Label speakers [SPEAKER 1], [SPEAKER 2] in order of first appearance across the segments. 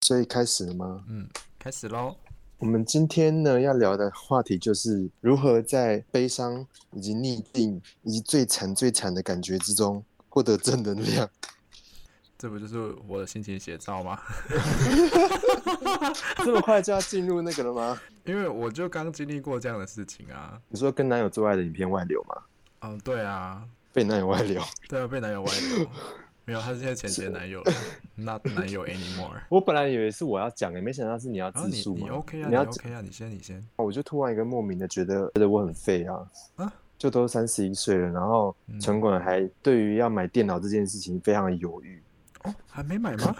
[SPEAKER 1] 所以开始了吗？
[SPEAKER 2] 嗯，开始喽。
[SPEAKER 1] 我们今天呢要聊的话题就是如何在悲伤以及逆境以及最惨最惨的感觉之中获得正能量。
[SPEAKER 2] 这不就是我的心情写照吗？
[SPEAKER 1] 这么快就要进入那个了吗？
[SPEAKER 2] 因为我就刚经历过这样的事情啊。
[SPEAKER 1] 你说跟男友做爱的影片外流吗？
[SPEAKER 2] 嗯，对啊，
[SPEAKER 1] 被男友外流？
[SPEAKER 2] 对啊，被男友外 流。没有，他是现在前前男友了，not 男友 anymore。
[SPEAKER 1] 我本来以为是我要讲，也欸没想到是你要
[SPEAKER 2] 然后
[SPEAKER 1] 自
[SPEAKER 2] 你
[SPEAKER 1] 述
[SPEAKER 2] 你
[SPEAKER 1] 嘛。
[SPEAKER 2] OK 啊，
[SPEAKER 1] 你
[SPEAKER 2] 你
[SPEAKER 1] 要
[SPEAKER 2] OK 啊，你先你先。
[SPEAKER 1] 我就突然一个莫名的觉得，觉得我很废啊，
[SPEAKER 2] 啊
[SPEAKER 1] 就都三十一岁了，然后
[SPEAKER 2] 嗯
[SPEAKER 1] 城管还对于要买电脑这件事情非常的犹豫。
[SPEAKER 2] 哦，还没买吗？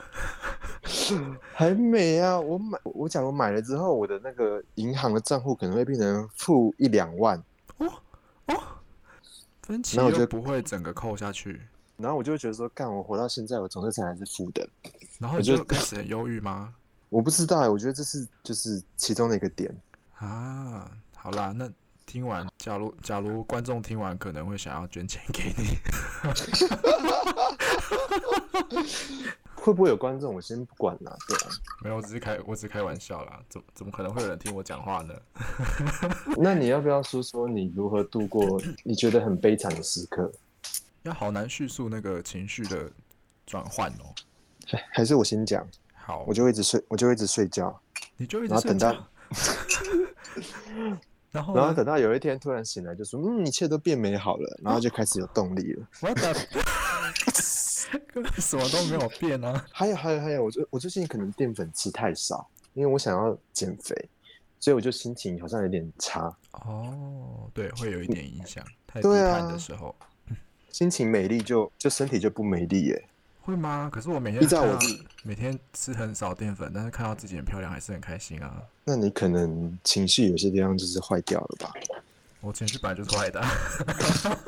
[SPEAKER 1] 还没啊，我买，我假如买了之后，我的那个银行的账户可能会变成负一两万，
[SPEAKER 2] 哦哦，分期
[SPEAKER 1] 那我觉
[SPEAKER 2] 又
[SPEAKER 1] 得
[SPEAKER 2] 不会整个扣下去，
[SPEAKER 1] 然后我就会觉得说，干，我活到现在，我总资产还是负的。
[SPEAKER 2] 然后
[SPEAKER 1] 我
[SPEAKER 2] 你
[SPEAKER 1] 就
[SPEAKER 2] 就开始很忧郁吗？
[SPEAKER 1] 我不知道、欸，我觉得这是就是其中的一个点。
[SPEAKER 2] 啊，好啦，那听完，假如假如观众听完可能会想要捐钱给你，
[SPEAKER 1] 会不会有观众？我先不管啦，对啊。
[SPEAKER 2] 没有，我只是开我只是开玩笑啦，怎怎么可能会有人听我讲话呢？
[SPEAKER 1] 那你要不要说说你如何度过你觉得很悲惨的时刻？
[SPEAKER 2] 要好难叙述那个情绪的转换哦。
[SPEAKER 1] 还还是我先讲，
[SPEAKER 2] 好
[SPEAKER 1] 我，就会一直睡，我就会一直睡觉，
[SPEAKER 2] 你就一直
[SPEAKER 1] 然后
[SPEAKER 2] 睡
[SPEAKER 1] 等到
[SPEAKER 2] 觉，然后
[SPEAKER 1] 然后
[SPEAKER 2] 呢
[SPEAKER 1] 等到有一天突然醒来，就说嗯，一切都变美好了，然后就开始有动力了。
[SPEAKER 2] 我的根本什么都没有变啊。
[SPEAKER 1] 还有还有还有，我最我最近可能淀粉吃太少，因为我想要减肥，所以我就心情好像有点差，
[SPEAKER 2] 哦，对，会有一点影响，太低
[SPEAKER 1] 对
[SPEAKER 2] 碳
[SPEAKER 1] 啊
[SPEAKER 2] 的时候。
[SPEAKER 1] 心情美丽就就身体就不美丽耶。
[SPEAKER 2] 会吗？可是我每天
[SPEAKER 1] 依照
[SPEAKER 2] 看
[SPEAKER 1] 我
[SPEAKER 2] 到
[SPEAKER 1] 自
[SPEAKER 2] 每天吃很少淀粉，但是看到自己很漂亮，还是很开心啊。
[SPEAKER 1] 那你可能情绪有些地方就是坏掉了吧？
[SPEAKER 2] 我情绪本来就是坏的啊，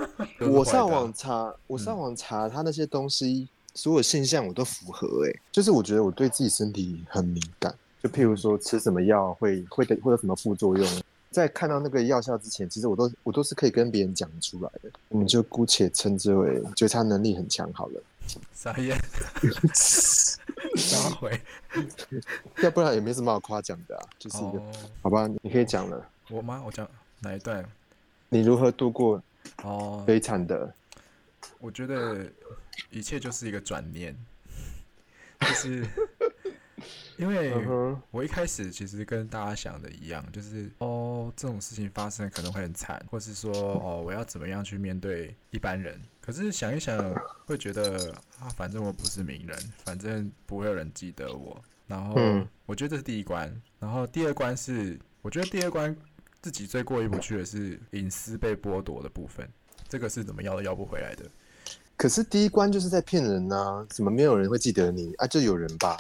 [SPEAKER 2] 都是
[SPEAKER 1] 我
[SPEAKER 2] 坏
[SPEAKER 1] 上
[SPEAKER 2] 的啊
[SPEAKER 1] 网查，我上网查他那些东西，所有现象我都符合、欸。就是我觉得我对自己身体很敏感，就譬如说吃什么药会会的会有什么副作用，在看到那个药效之前，其实我都我都是可以跟别人讲出来的。我们就姑且称之为觉察能力很强好 了，
[SPEAKER 2] 傻眼， 撒回
[SPEAKER 1] 要不然也没什么好夸奖的啊，就是一个、
[SPEAKER 2] 哦，
[SPEAKER 1] 好吧，你可以讲了，
[SPEAKER 2] 我吗？我讲哪一段？
[SPEAKER 1] 你如何度过
[SPEAKER 2] 哦，
[SPEAKER 1] 悲惨的？
[SPEAKER 2] 我觉得一切就是一个转念，就是因为
[SPEAKER 1] 嗯哼，
[SPEAKER 2] 我一开始其实跟大家想的一样，就是哦，这种事情发生可能会很惨，或是说哦，我要怎么样去面对一般人。可是想一想，会觉得啊，反正我不是名人，反正不会有人记得我。然后、
[SPEAKER 1] 嗯
[SPEAKER 2] 我觉得这是第一关，然后第二关是，我觉得第二关自己最过意不去的是隐私被剥夺的部分，这个是怎么要都要不回来的。
[SPEAKER 1] 可是第一关就是在骗人呐、怎么没有人会记得你啊？就有人吧。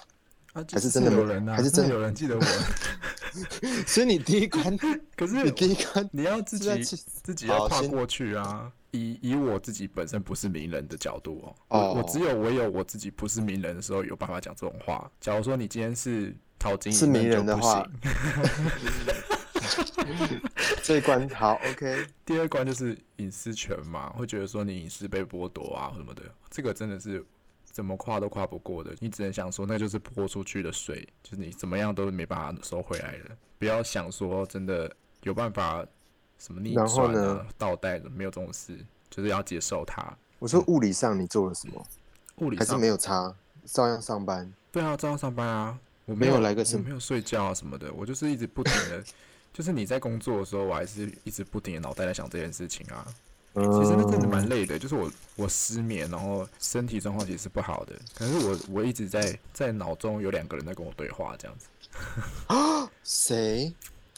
[SPEAKER 2] 啊，就
[SPEAKER 1] 还是真的
[SPEAKER 2] 有
[SPEAKER 1] 没
[SPEAKER 2] 人啊，
[SPEAKER 1] 还是真的
[SPEAKER 2] 有人记得我。
[SPEAKER 1] 所以你第一关，
[SPEAKER 2] 可是
[SPEAKER 1] 你第一关
[SPEAKER 2] 你要自
[SPEAKER 1] 是在
[SPEAKER 2] 己
[SPEAKER 1] 去
[SPEAKER 2] 自己要
[SPEAKER 1] 好
[SPEAKER 2] 跨
[SPEAKER 1] 先
[SPEAKER 2] 过去啊！以以我自己本身不是名人的角度哦，
[SPEAKER 1] 哦
[SPEAKER 2] 我我只有我有我自己不是名人的时候有办法讲这种话。假如说你今天是淘金
[SPEAKER 1] 是
[SPEAKER 2] 那
[SPEAKER 1] 名
[SPEAKER 2] 就
[SPEAKER 1] 人的
[SPEAKER 2] 不
[SPEAKER 1] 话
[SPEAKER 2] 行，
[SPEAKER 1] 这一关好，OK，
[SPEAKER 2] 第二关就是隐私权嘛，会觉得说你隐私被剥夺啊什么的，这个真的是怎么跨都跨不过的。你只能想说，那就是泼出去的水，就是你怎么样都没办法收回来的。不要想说真的有办法什么逆
[SPEAKER 1] 然后
[SPEAKER 2] 转
[SPEAKER 1] 呢
[SPEAKER 2] 啊、倒带的，没有这种事，就是要接受它。
[SPEAKER 1] 我说物理上你做了什么，
[SPEAKER 2] 物理
[SPEAKER 1] 还是
[SPEAKER 2] 上
[SPEAKER 1] 没有差，照样上班。
[SPEAKER 2] 对啊，照样上班啊，我
[SPEAKER 1] 没
[SPEAKER 2] 有
[SPEAKER 1] 有来个什
[SPEAKER 2] 我
[SPEAKER 1] 么
[SPEAKER 2] 没有睡觉啊什么的，我就是一直不停的， 就是你在工作的时候，我还是一直不停的脑袋在想这件事情啊。其实那真的蛮
[SPEAKER 1] 嗯
[SPEAKER 2] 累的，就是我我失眠，然后身体状况其实是不好的，可是我我一直在在脑中有两个人在跟我对话，这样子，
[SPEAKER 1] 谁？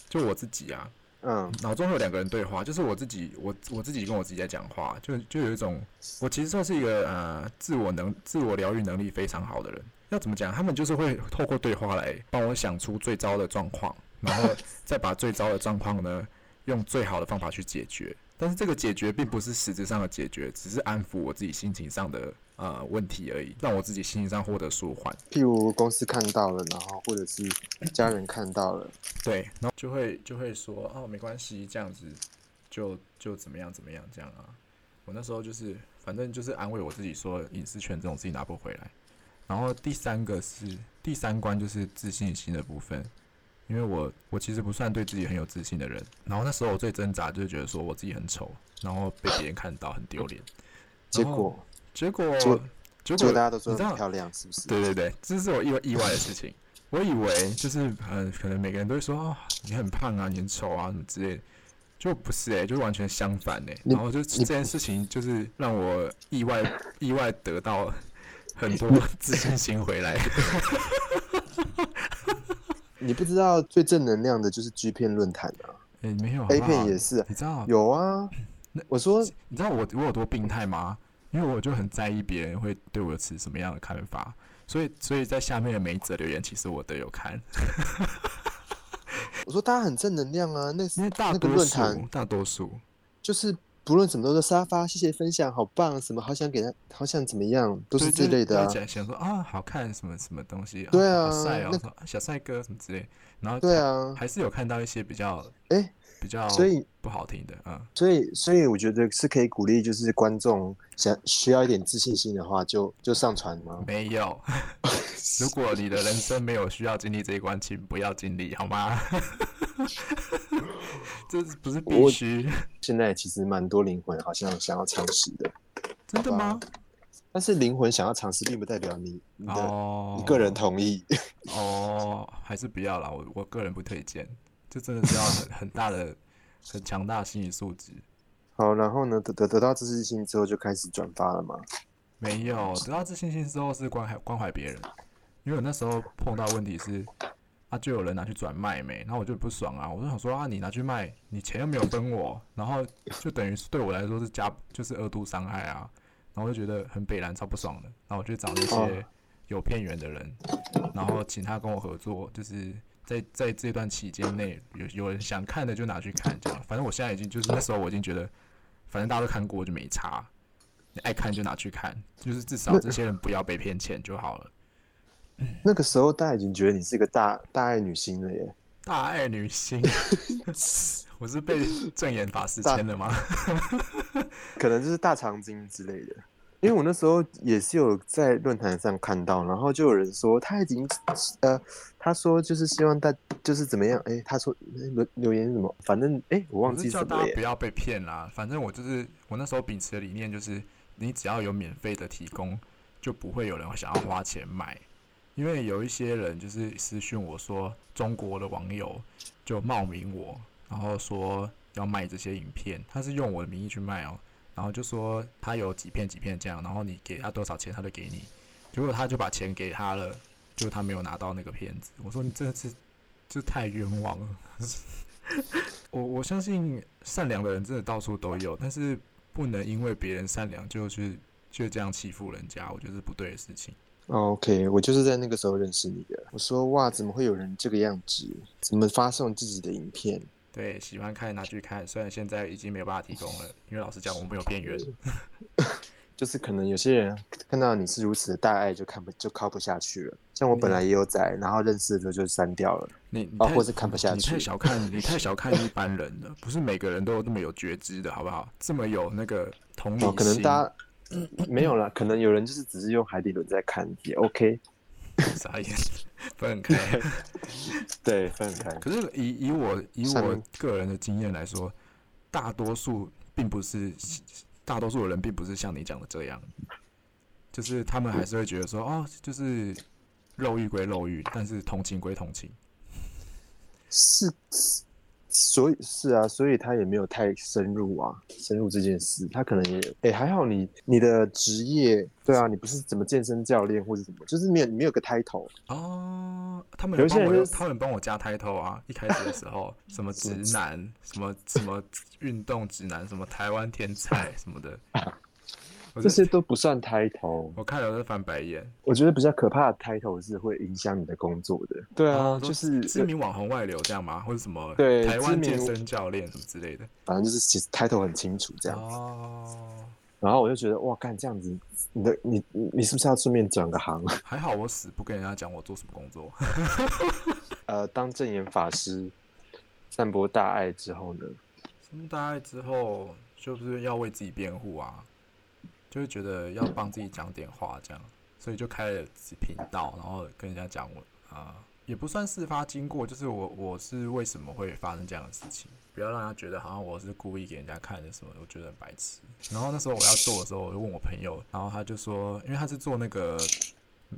[SPEAKER 2] 就我自己啊，
[SPEAKER 1] 嗯，
[SPEAKER 2] 脑中有两个人对话，就是我自己，我我自己跟我自己在讲话，就就有一种我其实算是一个呃自我能自我疗愈能力非常好的人，要怎么讲？他们就是会透过对话来帮我想出最糟的状况，然后再把最糟的状况呢 用最好的方法去解决。但是这个解决并不是实质上的解决，只是安抚我自己心情上的呃问题而已，让我自己心情上获得舒缓。
[SPEAKER 1] 譬如公司看到了，然后或者是家人看到了，
[SPEAKER 2] 对，然后就会就会说哦，没关系，这样子就就怎么样怎么样这样啊。我那时候就是反正就是安慰我自己说隐私权这种事情拿不回来。然后第三个是第三关就是自信心的部分，因为我我其实不算对自己很有自信的人，然后那时候我最挣扎就是觉得说我自己很丑，然后被别人看到很丢脸，
[SPEAKER 1] 结果
[SPEAKER 2] 结果
[SPEAKER 1] 结果结
[SPEAKER 2] 结
[SPEAKER 1] 果
[SPEAKER 2] 果
[SPEAKER 1] 大家都说
[SPEAKER 2] 你知
[SPEAKER 1] 很
[SPEAKER 2] 道
[SPEAKER 1] 漂亮，是不是？
[SPEAKER 2] 对对对，这是我意外意外的事情。我以为就是呃，可能每个人都会说、哦、你很胖啊，你很丑啊什么之类的，就不是哎、就完全相反哎、
[SPEAKER 1] 你
[SPEAKER 2] 然后就这件事情就是让我 意外意外得到很多自信心回 来。
[SPEAKER 1] 你不知道最正能量的就是 G 片论坛啊
[SPEAKER 2] 哎、没有好不
[SPEAKER 1] ，A
[SPEAKER 2] 好
[SPEAKER 1] 片也是啊，
[SPEAKER 2] 你知道
[SPEAKER 1] 有啊。我说
[SPEAKER 2] 你知道我我有多病态吗？因为我就很在意别人会对我持什么样的看法，所以所以在下面的每一则留言，其实我都有看，
[SPEAKER 1] 我说大家很正能量啊，那
[SPEAKER 2] 因为大
[SPEAKER 1] 那个
[SPEAKER 2] 多
[SPEAKER 1] 论
[SPEAKER 2] 数、
[SPEAKER 1] 坛
[SPEAKER 2] 大多数
[SPEAKER 1] 就是不论什么都说沙发，谢谢分享，好棒，什么好想给他，好想怎么样，都
[SPEAKER 2] 对
[SPEAKER 1] 是
[SPEAKER 2] 就
[SPEAKER 1] 这类的啊
[SPEAKER 2] 就。是想说啊，好看什么什么东西，
[SPEAKER 1] 对
[SPEAKER 2] 啊，
[SPEAKER 1] 啊
[SPEAKER 2] 好帅哦，
[SPEAKER 1] 那
[SPEAKER 2] 什么啊小帅哥什么之类，然后
[SPEAKER 1] 对啊，
[SPEAKER 2] 还是有看到一些比较
[SPEAKER 1] 哎
[SPEAKER 2] 比较
[SPEAKER 1] 所以
[SPEAKER 2] 不好听的，嗯，
[SPEAKER 1] 所以所以我觉得是可以鼓励，就是观众想需要一点自信心的话，就就上传吗？
[SPEAKER 2] 没有。 如果你的人生没有需要经历这一关，请不要经历，好吗？ 这是不是必
[SPEAKER 1] 我
[SPEAKER 2] 须？
[SPEAKER 1] 现在其实蛮多灵魂好像想要尝试的，
[SPEAKER 2] 真的吗？
[SPEAKER 1] 但是灵魂想要尝试，并不代表你你的、
[SPEAKER 2] 哦，
[SPEAKER 1] 你个人同意。
[SPEAKER 2] 哦，还是不要啦，我我个人不推荐，这真的是要很很大的、很强大的心理素质。
[SPEAKER 1] 好，然后呢，得得得到自信心之后，就开始转发了嘛。
[SPEAKER 2] 没有，得到自信心之后是关怀关怀别人，因为我那时候碰到问题是，啊，就有人拿去转卖没，然后我就不爽啊，我就想说啊，你拿去卖，你钱又没有分我，然后就等于是对我来说是加就是二度伤害啊，然后我就觉得很北然超不爽的，然后我就找那些
[SPEAKER 1] 哦
[SPEAKER 2] 有片源的人，然后请他跟我合作，就是在在这段期间内有有人想看的就拿去看，这样，反正我现在已经就是那时候我已经觉得，反正大家都看过就没差，你爱看就拿去看，就是至少这些人不要被骗钱就好了。
[SPEAKER 1] 那个时候，大家已经觉得你是一个大大爱女星了耶。
[SPEAKER 2] 大爱女星， 我是被正言法师签的吗？
[SPEAKER 1] 可能就是大肠经之类的。因为我那时候也是有在论坛上看到，然后就有人说他已经，呃，他说就是希望大就是怎么样，哎，他说诶留留言是什么，反正哎我忘
[SPEAKER 2] 我
[SPEAKER 1] 记
[SPEAKER 2] 是
[SPEAKER 1] 什
[SPEAKER 2] 叫
[SPEAKER 1] 么
[SPEAKER 2] 大
[SPEAKER 1] 了
[SPEAKER 2] 家
[SPEAKER 1] 耶
[SPEAKER 2] 不。要被骗啦。反正我就是我那时候秉持的理念就是，你只要有免费的提供，就不会有人想要花钱买。因为有一些人就是私讯我说，中国的网友就冒名我，然后说要卖这些影片，他是用我的名义去卖哦，然后就说他有几片几片这样，然后你给他多少钱他就给你，结果他就把钱给他了，就他没有拿到那个片子。我说你真的是，这太冤枉了。我我相信善良的人真的到处都有，但是不能因为别人善良就去就这样欺负人家，我觉得是不对的事情。
[SPEAKER 1] 哦 OK，我就是在那个时候认识你的。我说哇，怎么会有人这个样子？怎么发送自己的影片？
[SPEAKER 2] 对，喜欢看拿去看，虽然现在已经没有办法提供了，因为老实讲我们有片 源。
[SPEAKER 1] 就是可能有些人看到你是如此的大爱，就看不就靠不下去了。像我
[SPEAKER 2] 嗯
[SPEAKER 1] 本来也有在，然后认识的时候就删掉了。
[SPEAKER 2] 你你
[SPEAKER 1] 啊
[SPEAKER 2] 太
[SPEAKER 1] 或是看不下
[SPEAKER 2] 你太
[SPEAKER 1] 去
[SPEAKER 2] 小看你太小看一般人了，不是每个人都有这么有觉知的，好不好？这么有那个同理心。
[SPEAKER 1] 哦，可能大家没有啦，可能有人就是只是用海底轮在看，也 OK。
[SPEAKER 2] 傻眼，分开。
[SPEAKER 1] 对，分开。
[SPEAKER 2] 可是以以我以
[SPEAKER 1] 善
[SPEAKER 2] 我
[SPEAKER 1] 良
[SPEAKER 2] 个人的经验来说，大多数并不是大多数的人并不是像你讲的这样，就是他们还是会觉得说哦，就是肉欲归肉欲，但是同情归同情。
[SPEAKER 1] 是，是所以是啊，所以他也没有太深入啊，深入这件事，他可能也，哎、还好你你的职业，对啊，你不是怎么健身教练或者什么，就是没有没有个 title，
[SPEAKER 2] 哦，他们
[SPEAKER 1] 有
[SPEAKER 2] 有
[SPEAKER 1] 一些
[SPEAKER 2] 帮
[SPEAKER 1] 人
[SPEAKER 2] 我，
[SPEAKER 1] 就是
[SPEAKER 2] 他们帮我加 title 啊！一开始的时 候，什么直男，什么什么运动直男，什么台湾天才什么 的，
[SPEAKER 1] 这
[SPEAKER 2] 我就
[SPEAKER 1] 些都不算 title。
[SPEAKER 2] 我看了都翻白眼。
[SPEAKER 1] 我觉得比较可怕的 title 是会影响你的工作的。对啊，
[SPEAKER 2] 哦都
[SPEAKER 1] 就是
[SPEAKER 2] 知名网红外流这样吗？或者什么
[SPEAKER 1] 对
[SPEAKER 2] 台湾
[SPEAKER 1] 知名
[SPEAKER 2] 健身教练什么之类的？
[SPEAKER 1] 反正就是其实 title 很清楚这样。
[SPEAKER 2] 哦，
[SPEAKER 1] 然后我就觉得哇，干这样子，你的你你你是不是要顺便转个行？
[SPEAKER 2] 还好我死不跟人家讲我做什么工作。
[SPEAKER 1] 呃，当正言法师散播大爱之后呢，
[SPEAKER 2] 生大爱之后，就是要为自己辩护啊，就会觉得要帮自己讲点话这样。所以就开了自己频道，然后跟人家讲我啊、也不算事发经过，就是我我是为什么会发生这样的事情，不要让他觉得好像我是故意给人家看的什么，我觉得很白痴。然后那哎时候我要做的时候，我就问我朋友，然后他就说，因为他是做那个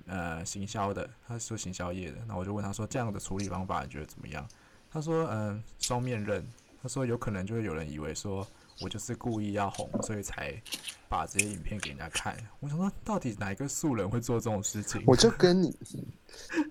[SPEAKER 2] 呃行销的，他是做行销业的，那我就问他说这样的处理方法你觉得怎么样？他说嗯、双面刃，他说有可能就会有人以为说我就是故意要红，所以才把这些影片给人家看。我想说，到底哪一个素人会做这种事情？
[SPEAKER 1] 我就跟你，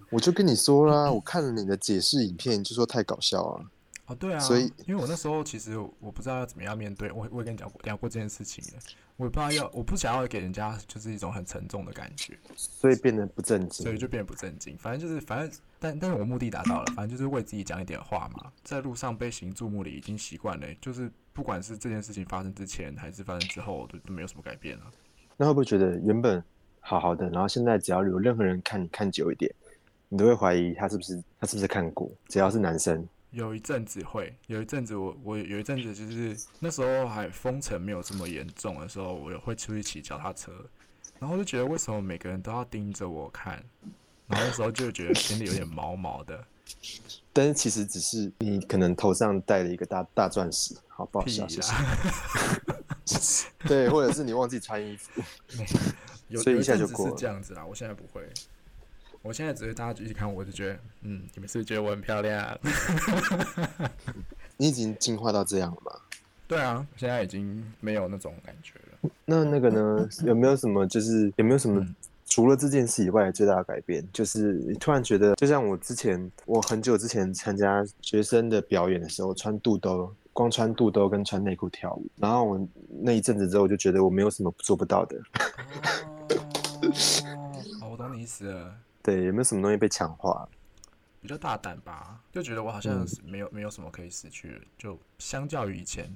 [SPEAKER 1] 我就跟你说啦，我看了你的解释影片，就说太搞笑啊。
[SPEAKER 2] 哦，对啊，
[SPEAKER 1] 所以
[SPEAKER 2] 因为我那时候其实我不知道要怎么样面对，我我也跟你讲过讲过这件事情了，我也不知道要，我不想要给人家就是一种很沉重的感觉，
[SPEAKER 1] 所以变得不正
[SPEAKER 2] 所以
[SPEAKER 1] 经。
[SPEAKER 2] 就变得不正经。反正就是，反正但但是我目的达到了，反正就是为自己讲一点话嘛。在路上被行注目礼已经习惯了，就是不管是这件事情发生之前还是发生之后，都都没有什么改变了。
[SPEAKER 1] 那会不会觉得原本好好的，然后现在只要有任何人看你看久一点，你都会怀疑他是不是他是不是看过？只要是男生，
[SPEAKER 2] 有一阵子会，有一阵子我我有一阵子就是那时候还封城没有这么严重的时候，我也会出去骑脚踏车，然后就觉得为什么每个人都要盯着我看，然后那时候就觉得心里有点毛毛的，
[SPEAKER 1] 但是其实只是你可能头上戴了一个大大钻石，好不好
[SPEAKER 2] 屁
[SPEAKER 1] 笑？谢谢。
[SPEAKER 2] 啦，
[SPEAKER 1] 对，或者是你忘记穿衣服。
[SPEAKER 2] 有
[SPEAKER 1] 所以
[SPEAKER 2] 有
[SPEAKER 1] 一下
[SPEAKER 2] 阵
[SPEAKER 1] 就
[SPEAKER 2] 子
[SPEAKER 1] 过
[SPEAKER 2] 是
[SPEAKER 1] 了
[SPEAKER 2] 这样子啦，我现在不会，我现在只是大家一起看我就觉得，嗯，你们是不是觉得我很漂亮？啊
[SPEAKER 1] 你已经进化到这样了吗？
[SPEAKER 2] 对啊，现在已经没有那种感觉了。
[SPEAKER 1] 那那个呢？有没有什么就是有没有什么
[SPEAKER 2] 嗯
[SPEAKER 1] 除了这件事以外最大的改变？就是你突然觉得，就像我之前，我很久之前参加学生的表演的时候，穿肚兜，光穿肚兜跟穿内裤跳舞，然后我那一阵子之后，我就觉得我没有什么做不到的。
[SPEAKER 2] 哦，我懂你意思了。
[SPEAKER 1] 对，有没有什么东西被强化？
[SPEAKER 2] 比较大胆吧，就觉得我好像
[SPEAKER 1] 嗯
[SPEAKER 2] 是没有、没有什么可以失去，就相较于以前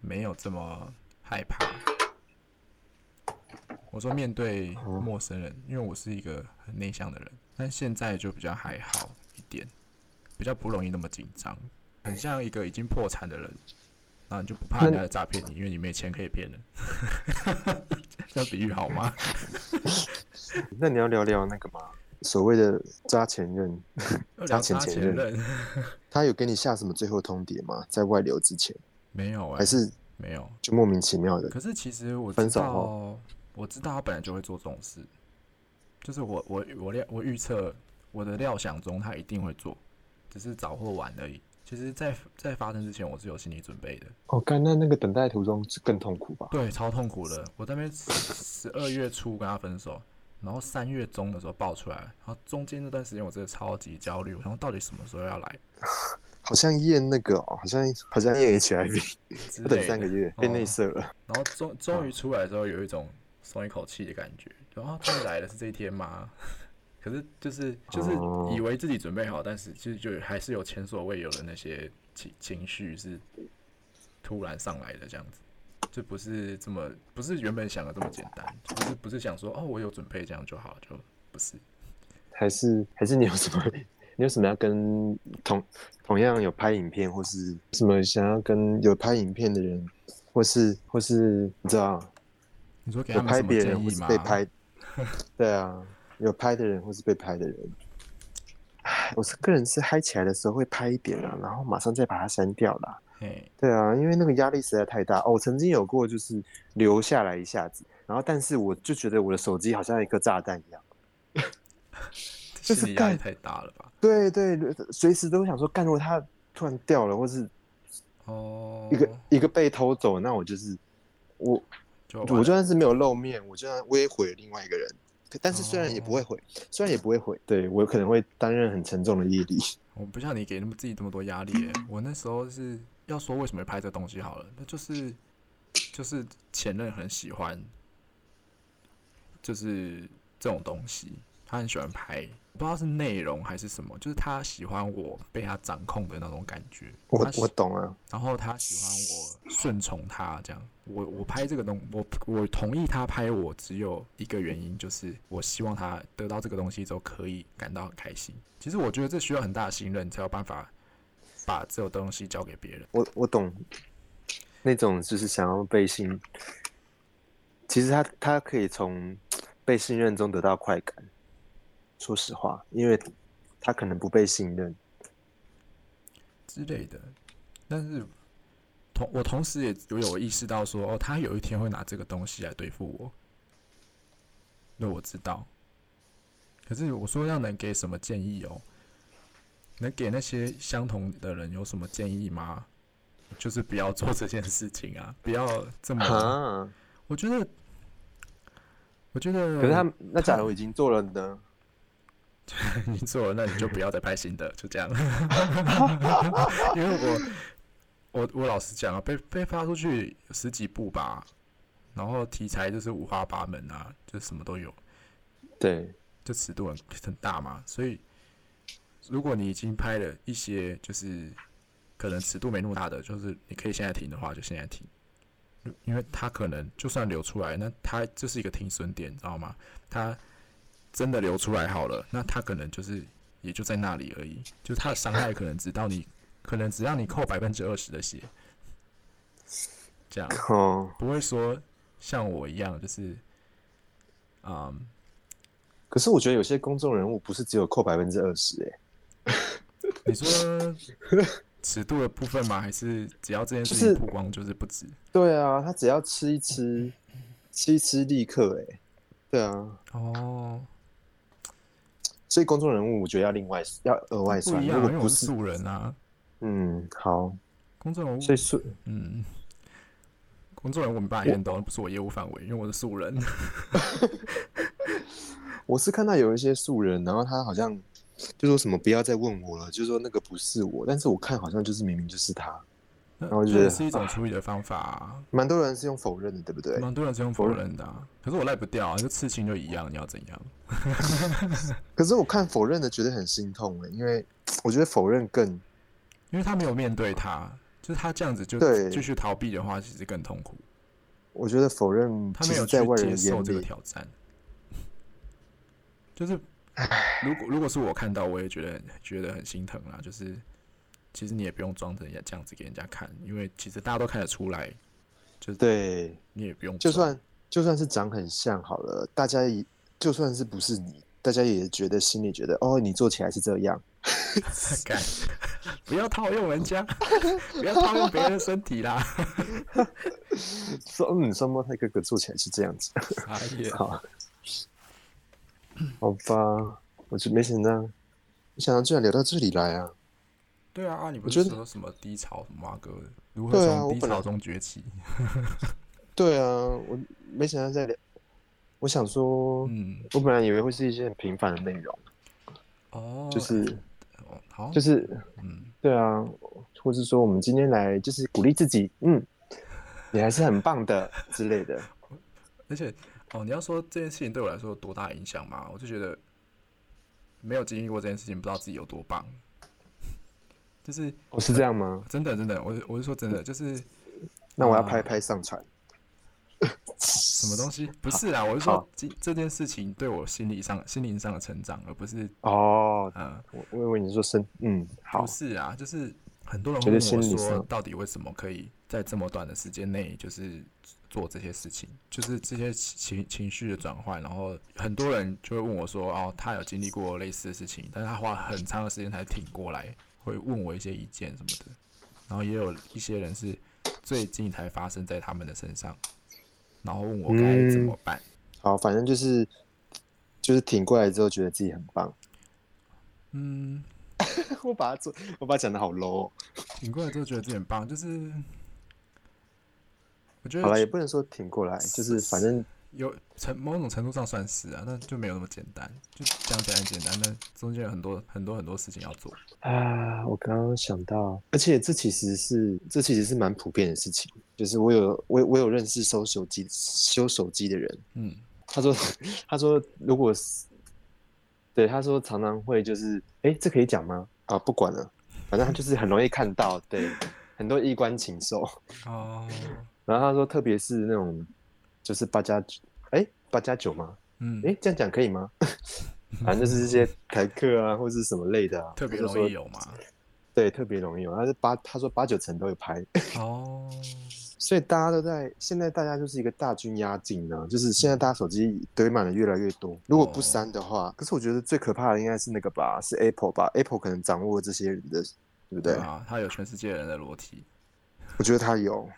[SPEAKER 2] 没有这么害怕。我说面对
[SPEAKER 1] 哦
[SPEAKER 2] 陌生人，因为我是一个很内向的人，但现在就比较还好一点，比较不容易那么紧张，很像一个已经破产的人，然后你就不怕
[SPEAKER 1] 那
[SPEAKER 2] 人家来诈骗你，因为你没钱可以骗人。 这样比喻 好吗？
[SPEAKER 1] 那你要聊聊那个吗？所谓的渣前任，
[SPEAKER 2] 要
[SPEAKER 1] 渣
[SPEAKER 2] 聊
[SPEAKER 1] 前
[SPEAKER 2] 渣
[SPEAKER 1] 前
[SPEAKER 2] 前
[SPEAKER 1] 任
[SPEAKER 2] 任
[SPEAKER 1] 他有给你下什么最后通牒吗？在外流之前，
[SPEAKER 2] 没有、欸，
[SPEAKER 1] 还是
[SPEAKER 2] 没有。
[SPEAKER 1] 就莫名其妙的？
[SPEAKER 2] 可是其实我知
[SPEAKER 1] 分手
[SPEAKER 2] 道
[SPEAKER 1] 后，
[SPEAKER 2] 我知道他本来就会做这种事，就是我我我料我预测我的料想中他一定会做，只是早或晚而已。其实在，在发生之前，我是有心理准备的。
[SPEAKER 1] 哦，干，那那个等待途中是更痛苦吧？
[SPEAKER 2] 对，超痛苦的。我在那边十二月初跟他分手，然后三月中的时候爆出来，然后中间那段时间我真的超级焦虑，我想到底什么时候要来
[SPEAKER 1] 好像验那个、哦，好像好像验 HIV，
[SPEAKER 2] 之
[SPEAKER 1] 要等
[SPEAKER 2] 类
[SPEAKER 1] 三个
[SPEAKER 2] 的。
[SPEAKER 1] 月，
[SPEAKER 2] 哦
[SPEAKER 1] 被内射了。
[SPEAKER 2] 然后终终于出来的时候，有一种松一口气的感觉，然后终于来了是这一天吗？ 可是就是就是
[SPEAKER 1] 哦
[SPEAKER 2] 以为自己准备好，但是其实就还是有前所未有的那些情情绪是突然上来的这样子，就不是这么不是原本想的这么简单，不是不是想说哦我有准备这样就好，就不是。
[SPEAKER 1] 还是还是你有什么？ 你有什么要跟同同样有拍影片，或是什么想要跟有拍影片的人，或是或是你知道
[SPEAKER 2] 你说给
[SPEAKER 1] 有
[SPEAKER 2] 他们
[SPEAKER 1] 拍
[SPEAKER 2] 什么
[SPEAKER 1] 别
[SPEAKER 2] 建
[SPEAKER 1] 人或
[SPEAKER 2] 议
[SPEAKER 1] 是
[SPEAKER 2] 吗？
[SPEAKER 1] 被拍， 对啊，有拍的人或是被拍的人。唉我是个人是嗨起来的时候会拍一点啦、然后马上再把它删掉啦。
[SPEAKER 2] 嘿，
[SPEAKER 1] 对啊，因为那个压力实在太大。哦，我曾经有过就是留下来一下子，然后但是我就觉得我的手机好像一颗炸弹一样。
[SPEAKER 2] 这
[SPEAKER 1] 是
[SPEAKER 2] 心理压力
[SPEAKER 1] 干
[SPEAKER 2] 太大了吧？
[SPEAKER 1] 对对，呃随时都想说，干如果它突然掉了，或是
[SPEAKER 2] 哦，
[SPEAKER 1] 一个、一个被偷走，那我就是我
[SPEAKER 2] 就
[SPEAKER 1] 我就
[SPEAKER 2] 完了
[SPEAKER 1] 算是没有露面，我就算我也毁了另外一个人。可但是虽然也不会毁，虽然也不会毁，对我可能会担任很沉重的毅力。
[SPEAKER 2] 我不像你给那么自己这么多压力耶、我那时候是要说为什么会拍这东西好了，那就是就是前任很喜欢，就是这种东西，他很喜欢拍，不知道是内容还是什么，就是他喜欢我被他掌控的那种感觉。
[SPEAKER 1] 我
[SPEAKER 2] 他喜
[SPEAKER 1] 我懂啊，
[SPEAKER 2] 然后他喜欢我顺从他这样，我我拍这个东，我我同意他拍我，只有一个原因，就是我希望他得到这个东西之后可以感到很开心。其实我觉得这需要很大的信任，才有办法把这种东西交给别人。
[SPEAKER 1] 我我懂那种就是想要被信，其实他他可以从被信任中得到快感。说实话，因为他可能不被信任，
[SPEAKER 2] 之类的。但是同我同时也有有意识到说，哦，他有一天会拿这个东西来对付我，那我知道。可是我说要能给什么建议哦？能给那些相同的人有什么建议吗？就是不要做这件事情啊，不要这么。
[SPEAKER 1] 哈。
[SPEAKER 2] 我觉得，我觉得，
[SPEAKER 1] 可是他那假如已经做了呢？
[SPEAKER 2] 你做了，那你就不要再拍新的，就这样。因为我我我老实讲啊，被被发出去十几部吧，然后题材就是五花八门啊，就什么都有，
[SPEAKER 1] 对，
[SPEAKER 2] 就尺度很很大嘛。所以如果你已经拍了一些就是可能尺度没那么大的，就是你可以现在停的话，就现在停。因为它可能就算流出来，那它就是一个停损点，你知道吗？它真的流出来好了，那它可能就是也就在那里而已，就是它的伤害可能只到你，可能只让你扣百分之二十的血，这样
[SPEAKER 1] 哦。
[SPEAKER 2] 不会说像我一样就是，嗯，
[SPEAKER 1] 可是我觉得有些公众人物不是只有扣百分之二十哎，
[SPEAKER 2] 你 说尺度的部分吗？还是只要这件事
[SPEAKER 1] 就
[SPEAKER 2] 情
[SPEAKER 1] 是
[SPEAKER 2] 曝光就是不止？
[SPEAKER 1] 对啊，他只要吃一吃，吃一吃立刻哎，对啊，
[SPEAKER 2] 哦，
[SPEAKER 1] 所以公众人物我觉得要另外要额外
[SPEAKER 2] 不
[SPEAKER 1] 算，
[SPEAKER 2] 一
[SPEAKER 1] 如
[SPEAKER 2] 样啊，
[SPEAKER 1] 果
[SPEAKER 2] 因为
[SPEAKER 1] 不
[SPEAKER 2] 我是
[SPEAKER 1] 是，
[SPEAKER 2] 素人啊，
[SPEAKER 1] 嗯，好，
[SPEAKER 2] 公众人物
[SPEAKER 1] 所以素
[SPEAKER 2] 嗯，工作人员我没办法验到，那不是我业务范围，因为我是 素人。
[SPEAKER 1] 我是看到有一些素人，然后他好像就说什么不要再问我了，就说那个不是我，但是我看好像就是明明就是他，
[SPEAKER 2] 那
[SPEAKER 1] 我觉
[SPEAKER 2] 这
[SPEAKER 1] 得
[SPEAKER 2] 是一种处理的方法、啊，
[SPEAKER 1] 蛮多人是用否认的，对不对？
[SPEAKER 2] 蛮多人是用否认的啊、可是我赖不掉啊，就刺青就一样，你要怎样？
[SPEAKER 1] 可是我看否认的觉得很心痛哎，因为我觉得否认更
[SPEAKER 2] 因为他没有面对他，就是他这样子就
[SPEAKER 1] 对
[SPEAKER 2] 继续逃避的话，其实更痛苦。
[SPEAKER 1] 我觉得否认，
[SPEAKER 2] 他
[SPEAKER 1] 其
[SPEAKER 2] 没有
[SPEAKER 1] 实
[SPEAKER 2] 去
[SPEAKER 1] 在外人
[SPEAKER 2] 接
[SPEAKER 1] 眼
[SPEAKER 2] 受这个
[SPEAKER 1] 里，
[SPEAKER 2] 挑战， 就是如果如果是我看到，我也觉得觉得很心疼啦。就是其实你也不用装成人家这样子给人家看，因为其实大家都看得出来，
[SPEAKER 1] 对，
[SPEAKER 2] 你也不用
[SPEAKER 1] 就
[SPEAKER 2] 装
[SPEAKER 1] 算就算是长很像好了，大家也就算是不是你，大家也觉得心里觉得哦，你做起来是这样，
[SPEAKER 2] 干， 不要套用人家， 不要套用别人的身体啦。
[SPEAKER 1] 说嗯，双胞胎哥哥做起来是这样子，
[SPEAKER 2] 傻眼，
[SPEAKER 1] 好，好吧，我就没想到，没想到居然聊到这里来啊，
[SPEAKER 2] 对啊，啊，你不
[SPEAKER 1] 我
[SPEAKER 2] 是
[SPEAKER 1] 觉得
[SPEAKER 2] 说什么低潮什么啊哥，如何
[SPEAKER 1] 对啊
[SPEAKER 2] 从
[SPEAKER 1] 我
[SPEAKER 2] 低
[SPEAKER 1] 本来
[SPEAKER 2] 潮中崛起？
[SPEAKER 1] 对啊，我没想到在聊，我想说，
[SPEAKER 2] 嗯，
[SPEAKER 1] 我本来以为会是一些很平凡的内容，
[SPEAKER 2] 哦，
[SPEAKER 1] 就是
[SPEAKER 2] 哦好，
[SPEAKER 1] 就是
[SPEAKER 2] 嗯，
[SPEAKER 1] 对啊，或是说我们今天来就是鼓励自己，嗯，你还是很棒 的之类的。
[SPEAKER 2] 而且哦，你要说这件事情对我来说有多大影响嘛？我就觉得没有经历过这件事情，不知道自己有多棒。就是
[SPEAKER 1] 我是这样吗？
[SPEAKER 2] 真的真的，我是我是说真的，就是
[SPEAKER 1] 那我要
[SPEAKER 2] 啊
[SPEAKER 1] 拍拍上传。
[SPEAKER 2] 什么东西？不是啦，我是说
[SPEAKER 1] 好
[SPEAKER 2] 这这件事情对我心理上心灵上的成长，而不是
[SPEAKER 1] 哦，
[SPEAKER 2] 呃
[SPEAKER 1] 我我以为你说生，嗯，好
[SPEAKER 2] 不，是啊，就是很多人
[SPEAKER 1] 觉
[SPEAKER 2] 会
[SPEAKER 1] 得
[SPEAKER 2] 问我
[SPEAKER 1] 心理
[SPEAKER 2] 说，
[SPEAKER 1] 上
[SPEAKER 2] 到底为什么可以在这么短的时间内，就是做这些事情，就是这些情情绪的转换。然后很多人就会问我说，哦，他有经历过类似的事情，但是他花了很长的时间才挺过来，会问我一些意见什么的。然后也有一些人是最近才发生在他们的身上，然后问我该怎
[SPEAKER 1] 嗯
[SPEAKER 2] 么办。
[SPEAKER 1] 好，反正就是就是挺过来之后，觉得自己很棒。
[SPEAKER 2] 嗯，
[SPEAKER 1] 我把它做，我把它讲的好 low 哦、
[SPEAKER 2] 挺过来之后觉得自己很棒，就是我觉得
[SPEAKER 1] 好了，也不能说挺过来，就是反正
[SPEAKER 2] 有程某种程度上算是啊，但就没有那么简单。就讲起来很简单，但中间有很多很多很多事情要做。
[SPEAKER 1] 啊，我刚刚想到，而且这其实是这其实是蛮普遍的事情，就是我有我我有认识收手机修手机的人，
[SPEAKER 2] 嗯，
[SPEAKER 1] 他说， 他说如果是，对，他说常常会就是，哎，这可以讲吗？啊，不管了，反正他就是很容易看到，对，很多衣冠禽兽。
[SPEAKER 2] 哦，
[SPEAKER 1] 然后他说，特别是那种就是八加，哎，八加九吗？
[SPEAKER 2] 嗯，
[SPEAKER 1] 哎，这样讲可以吗？ 反正就是这些台客啊，或是什么类的啊，
[SPEAKER 2] 特别
[SPEAKER 1] 他就
[SPEAKER 2] 容易
[SPEAKER 1] 说，
[SPEAKER 2] 有嘛。
[SPEAKER 1] 哦对，特别容易有。他是八，他说八九成都会拍，
[SPEAKER 2] 哦，
[SPEAKER 1] 所以大家都在现在大家就是一个大军压境呢，就是现在大家手机堆满了越来越多。如果
[SPEAKER 2] 哦
[SPEAKER 1] 不删的话，可是我觉得最可怕的应该是那个吧，是 Apple 吧？Apple 可能掌握这些人的，对不对？
[SPEAKER 2] 啊，他有全世界人的裸体。
[SPEAKER 1] 我觉得他有，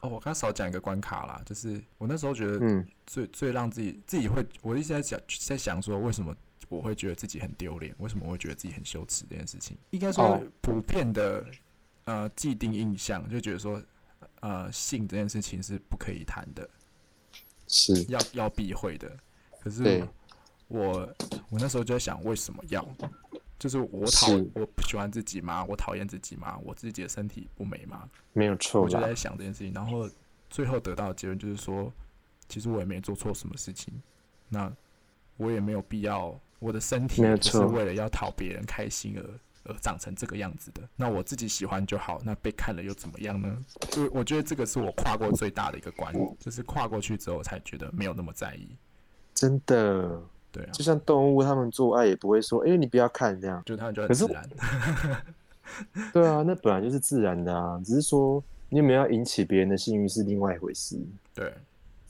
[SPEAKER 2] 哦，我刚少讲一个关卡啦，就是我那时候觉得
[SPEAKER 1] 嗯
[SPEAKER 2] 最、最让自己自己会，我一直在想在想说为什么我会觉得自己很丢脸，为什么我会觉得自己很羞耻这件事情，应该说
[SPEAKER 1] 哦
[SPEAKER 2] 普遍的、呃既定印象就觉得说呃性这件事情是不可以谈的，
[SPEAKER 1] 是
[SPEAKER 2] 要要避讳的。可是
[SPEAKER 1] 对
[SPEAKER 2] 我我那时候就在想，为什么要？就是我讨
[SPEAKER 1] 是
[SPEAKER 2] 我不喜欢自己吗？我讨厌自己吗？我自己的身体不美吗？
[SPEAKER 1] 没有错
[SPEAKER 2] 我就
[SPEAKER 1] 啦
[SPEAKER 2] 在。想这件事情，然后最后得到的结论就是说，其实我也没做错什么事情，那我也没有必要，我的身体
[SPEAKER 1] 没有
[SPEAKER 2] 不是
[SPEAKER 1] 错
[SPEAKER 2] 为了要讨别人开心而而长成这个样子的，那我自己喜欢就好，那被看了又怎么样呢？就我觉得这个是我跨过最大的一个关，就是跨过去之后才觉得没有那么在意，
[SPEAKER 1] 真的，
[SPEAKER 2] 对啊，
[SPEAKER 1] 就像动物他们做爱也不会说，哎、你不要看这样。
[SPEAKER 2] 就他们就很
[SPEAKER 1] 可是
[SPEAKER 2] 自然，
[SPEAKER 1] 对啊，那本来就是自然的啊，只是说你有没有要引起别人的性欲是另外一回事。
[SPEAKER 2] 对，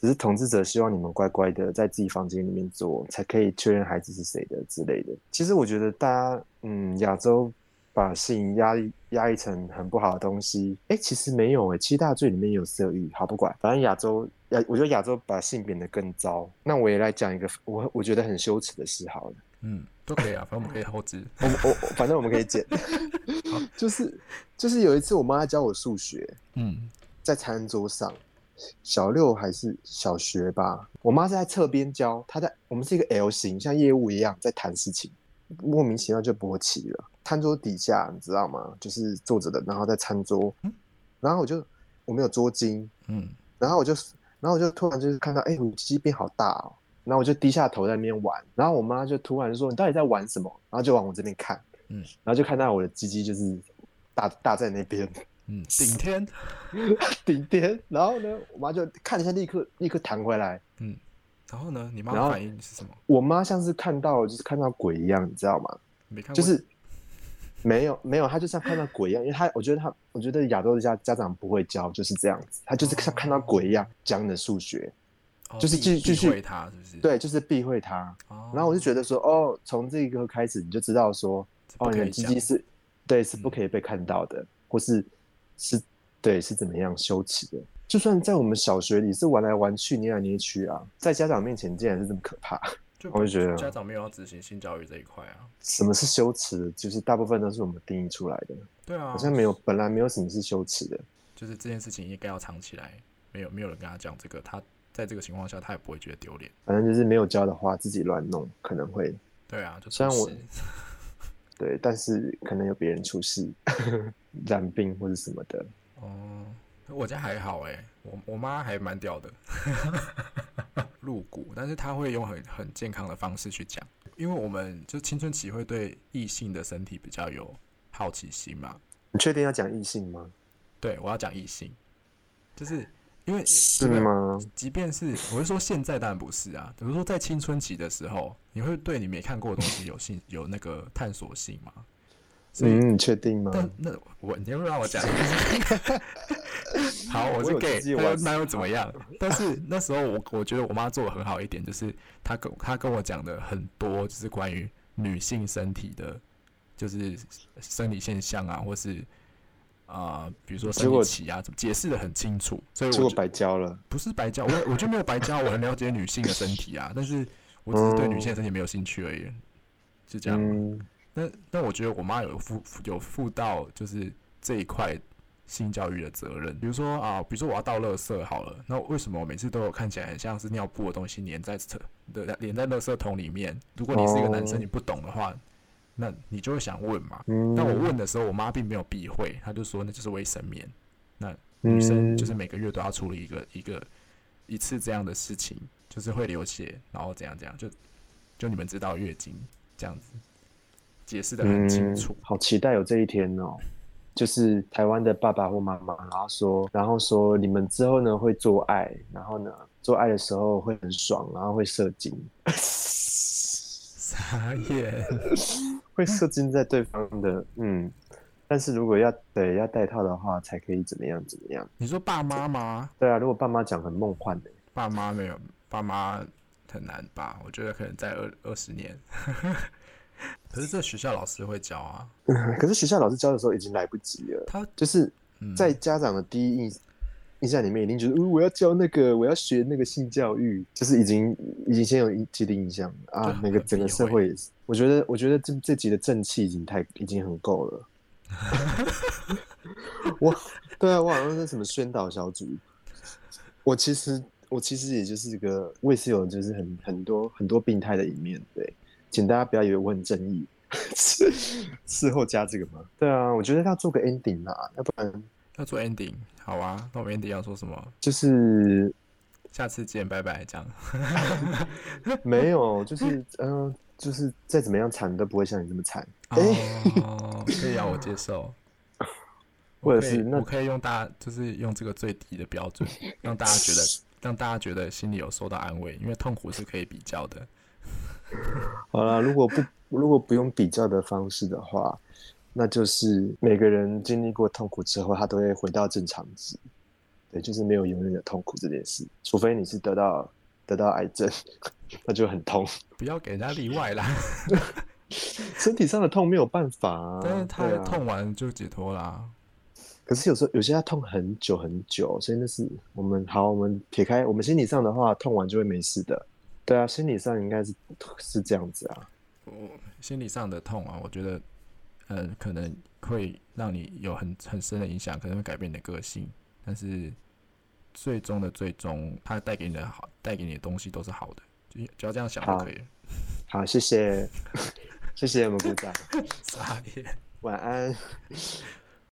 [SPEAKER 1] 只是统治者希望你们乖乖的在自己房间里面做，才可以确认孩子是谁的之类的。其实我觉得大家，嗯，亚洲把性压抑压抑成很不好的东西，哎，其实没有哎，七大罪里面也有色欲，好不管，反正亚洲亚，我觉得亚洲把性贬得更糟。那我也来讲一个我我觉得很羞耻的事好了。
[SPEAKER 2] 嗯，都可以啊，反正我们可以后置，
[SPEAKER 1] 我们我我反正我们可以剪， 就是就是有一次我妈在教我数学，
[SPEAKER 2] 嗯，
[SPEAKER 1] 在餐桌上，小六还是小学吧，我妈是在侧边教，她在我们是一个 L 型，像业务一样在谈事情，莫名其妙就勃起了。餐桌底下你知道吗？就是坐着的，然后在餐桌
[SPEAKER 2] 嗯，
[SPEAKER 1] 然后我就我没有桌巾，
[SPEAKER 2] 嗯，
[SPEAKER 1] 然后我就然后我就突然就是看到，哎、我鸡变好大哦，然后我就低下头在那边玩，然后我妈就突然就说你到底在玩什么？然后就往我这边看，
[SPEAKER 2] 嗯，
[SPEAKER 1] 然后就看到我的鸡鸡就是大大在那边。
[SPEAKER 2] 嗯，顶天，
[SPEAKER 1] 顶天，然后呢，我妈就看一下，立刻立刻弹回来。
[SPEAKER 2] 然后呢，你妈
[SPEAKER 1] 然后
[SPEAKER 2] 反应是什么？
[SPEAKER 1] 我妈像是看到就是看到鬼一样，你知道吗？
[SPEAKER 2] 没看过，
[SPEAKER 1] 就是没有没有，她就像看到鬼一样，因为她我觉得她我觉得亚洲的家家长不会教就是这样子，她就是像看到鬼一样讲你的数学，
[SPEAKER 2] 哦
[SPEAKER 1] 就是
[SPEAKER 2] 避
[SPEAKER 1] 继继
[SPEAKER 2] 避
[SPEAKER 1] 续
[SPEAKER 2] 讳他是不是？
[SPEAKER 1] 对，就是避讳她。
[SPEAKER 2] 哦，
[SPEAKER 1] 然后我就觉得说，哦，从这一刻开始你就知道说，
[SPEAKER 2] 这不
[SPEAKER 1] 哦，你
[SPEAKER 2] 可
[SPEAKER 1] 的
[SPEAKER 2] 以嗯
[SPEAKER 1] 鸡
[SPEAKER 2] 讲
[SPEAKER 1] 鸡是对是不可以被看到的，或是是对是怎么样羞耻的。就算在我们小学里是玩来玩去、捏来捏去啊，在家长面前竟然是这么可怕。
[SPEAKER 2] 就
[SPEAKER 1] 我就觉得
[SPEAKER 2] 家长没有要执行性教育这一块啊。
[SPEAKER 1] 什么是羞耻？就是大部分都是我们定义出来的，
[SPEAKER 2] 对啊，
[SPEAKER 1] 好像没有，本来没有什么是羞耻的。
[SPEAKER 2] 就是这件事情应该要藏起来，没有没有人跟他讲这个，他在这个情况下他也不会觉得丢脸。
[SPEAKER 1] 反正就是没有教的话，自己乱弄可能会
[SPEAKER 2] 对啊，就
[SPEAKER 1] 虽然
[SPEAKER 2] 出
[SPEAKER 1] 我
[SPEAKER 2] 事
[SPEAKER 1] 对，但是可能有别人出事、 染病或者什么的。
[SPEAKER 2] 哦，我家还好哎、我我妈还蛮屌的， 露骨，但是她会用很很健康的方式去讲，因为我们就青春期会对异性的身体比较有好奇心嘛，
[SPEAKER 1] 你确定要讲异性吗？
[SPEAKER 2] 对，我要讲异性，就是因为
[SPEAKER 1] 是
[SPEAKER 2] 因为
[SPEAKER 1] 吗？
[SPEAKER 2] 即便是我是说现在当然不是啊，只是说在青春期的时候，你会对你没看过的东西有兴 有那个探索性嘛？所以，
[SPEAKER 1] 嗯，你确定吗？
[SPEAKER 2] 但那我你要不要让我讲？ 好，我
[SPEAKER 1] 我
[SPEAKER 2] 是
[SPEAKER 1] 有
[SPEAKER 2] gay，
[SPEAKER 1] 自己
[SPEAKER 2] 那又
[SPEAKER 1] 玩
[SPEAKER 2] 那又怎么样？但是那时候我我觉得我妈做的很好一点，就是她跟她跟我讲的很多，就是关于女性身体的，就是生理现象啊，或是啊、呃比如说
[SPEAKER 1] 结
[SPEAKER 2] 生理
[SPEAKER 1] 果
[SPEAKER 2] 期啊，怎么解释的很清楚，所以我
[SPEAKER 1] 结果
[SPEAKER 2] 就
[SPEAKER 1] 白交了。
[SPEAKER 2] 不是白教，我我就没有白教，我很了解女性的身体 啊，但是我只是对女性的身体没有兴趣而已，是这样。
[SPEAKER 1] 嗯，
[SPEAKER 2] 那那我觉得我妈有负有负到就是这一块性教育的责任，比如说啊，比如说我要倒垃圾好了，那为什么我每次都有看起来很像是尿布的东西粘在车的粘在垃圾桶里面？如果你是一个男生，
[SPEAKER 1] 哦
[SPEAKER 2] 你不懂的话，那你就会想问嘛。
[SPEAKER 1] 嗯
[SPEAKER 2] 那我问的时候，我妈并没有避讳，她就说那就是卫生棉。那女
[SPEAKER 1] 嗯
[SPEAKER 2] 生就是每个月都要处理一个一个一次这样的事情，就是会流血，然后怎样怎样，就就你们知道月经这样子，解释的很清楚
[SPEAKER 1] 嗯。好期待有这一天哦。就是台湾的爸爸或妈妈，然后说，然后说你们之后呢会做爱，然后呢做爱的时候会很爽，然后会射 精，
[SPEAKER 2] 傻眼，
[SPEAKER 1] 会射精在对方的嗯，但是如果要对要戴套的话，才可以怎么样怎么样？
[SPEAKER 2] 你说爸妈吗？
[SPEAKER 1] 对啊，如果爸妈讲很梦幻的、
[SPEAKER 2] 爸妈没有，爸妈很难吧？我觉得可能在二二十年。可是这学校老师会教啊，
[SPEAKER 1] 可是学校老师教的时候已经来不及了。
[SPEAKER 2] 他
[SPEAKER 1] 就是
[SPEAKER 2] 嗯
[SPEAKER 1] 在家长的第一印印象里面，一定觉得，嗯，我要教那个，我要学那个性教育，就是已经已经先有一既定印象了
[SPEAKER 2] 对
[SPEAKER 1] 啊那
[SPEAKER 2] 很。
[SPEAKER 1] 个整个社会也是，我觉得，我觉得这这集的正气已经太已经很够 了。我对啊，我好像是什么宣导小组，我其实我其实也就是个，我也是有就是很很多很多病态的一面，对，请大家不要以为我很正义。 事事后加这个吗？对啊，我觉得要做个 ending 啦，要不然
[SPEAKER 2] 要做 ending，好啊，那我们 ending 要说什么？
[SPEAKER 1] 就是
[SPEAKER 2] 下次见，拜拜，这样。
[SPEAKER 1] 没有，就是嗯、呃就是再怎么样惨都不会像你这么惨。
[SPEAKER 2] 哦， 可以啊，我接 受。
[SPEAKER 1] 或者
[SPEAKER 2] 我可
[SPEAKER 1] 哎是
[SPEAKER 2] 以，
[SPEAKER 1] 那
[SPEAKER 2] 我可以用大家，就是用这个最低的标 准，让大家觉得，让大家觉得心里有受到安慰，因为痛苦是可以比较的。
[SPEAKER 1] 好啦，如果不 如果不用比较的方式的话，那就是每个人经历过痛苦之后，他都会回到正常值。对，就是没有永远的痛苦这件事，除非你是得到得到癌症， 那就很痛。
[SPEAKER 2] 不要给人家例外啦，
[SPEAKER 1] 身体上的痛没有办法、啊，
[SPEAKER 2] 但是他
[SPEAKER 1] 对啊
[SPEAKER 2] 痛完就解脱啦。
[SPEAKER 1] 可是有时候有些要痛很久很久，所以那是我们好，我们撇开我们心理上的话，痛完就会没事的。对啊，心理上应该是是这样子啊。
[SPEAKER 2] 我心理上的痛啊，我觉得，呃，可能会让你有很很深的影响，可能会改变你的个性，但是最终的最终，它带给你的好，带给你的东西都是好的，就只要这样想就
[SPEAKER 1] 好
[SPEAKER 2] 可以了。
[SPEAKER 1] 好， 谢谢，谢谢我们鼓掌，
[SPEAKER 2] 傻眼。
[SPEAKER 1] 晚安。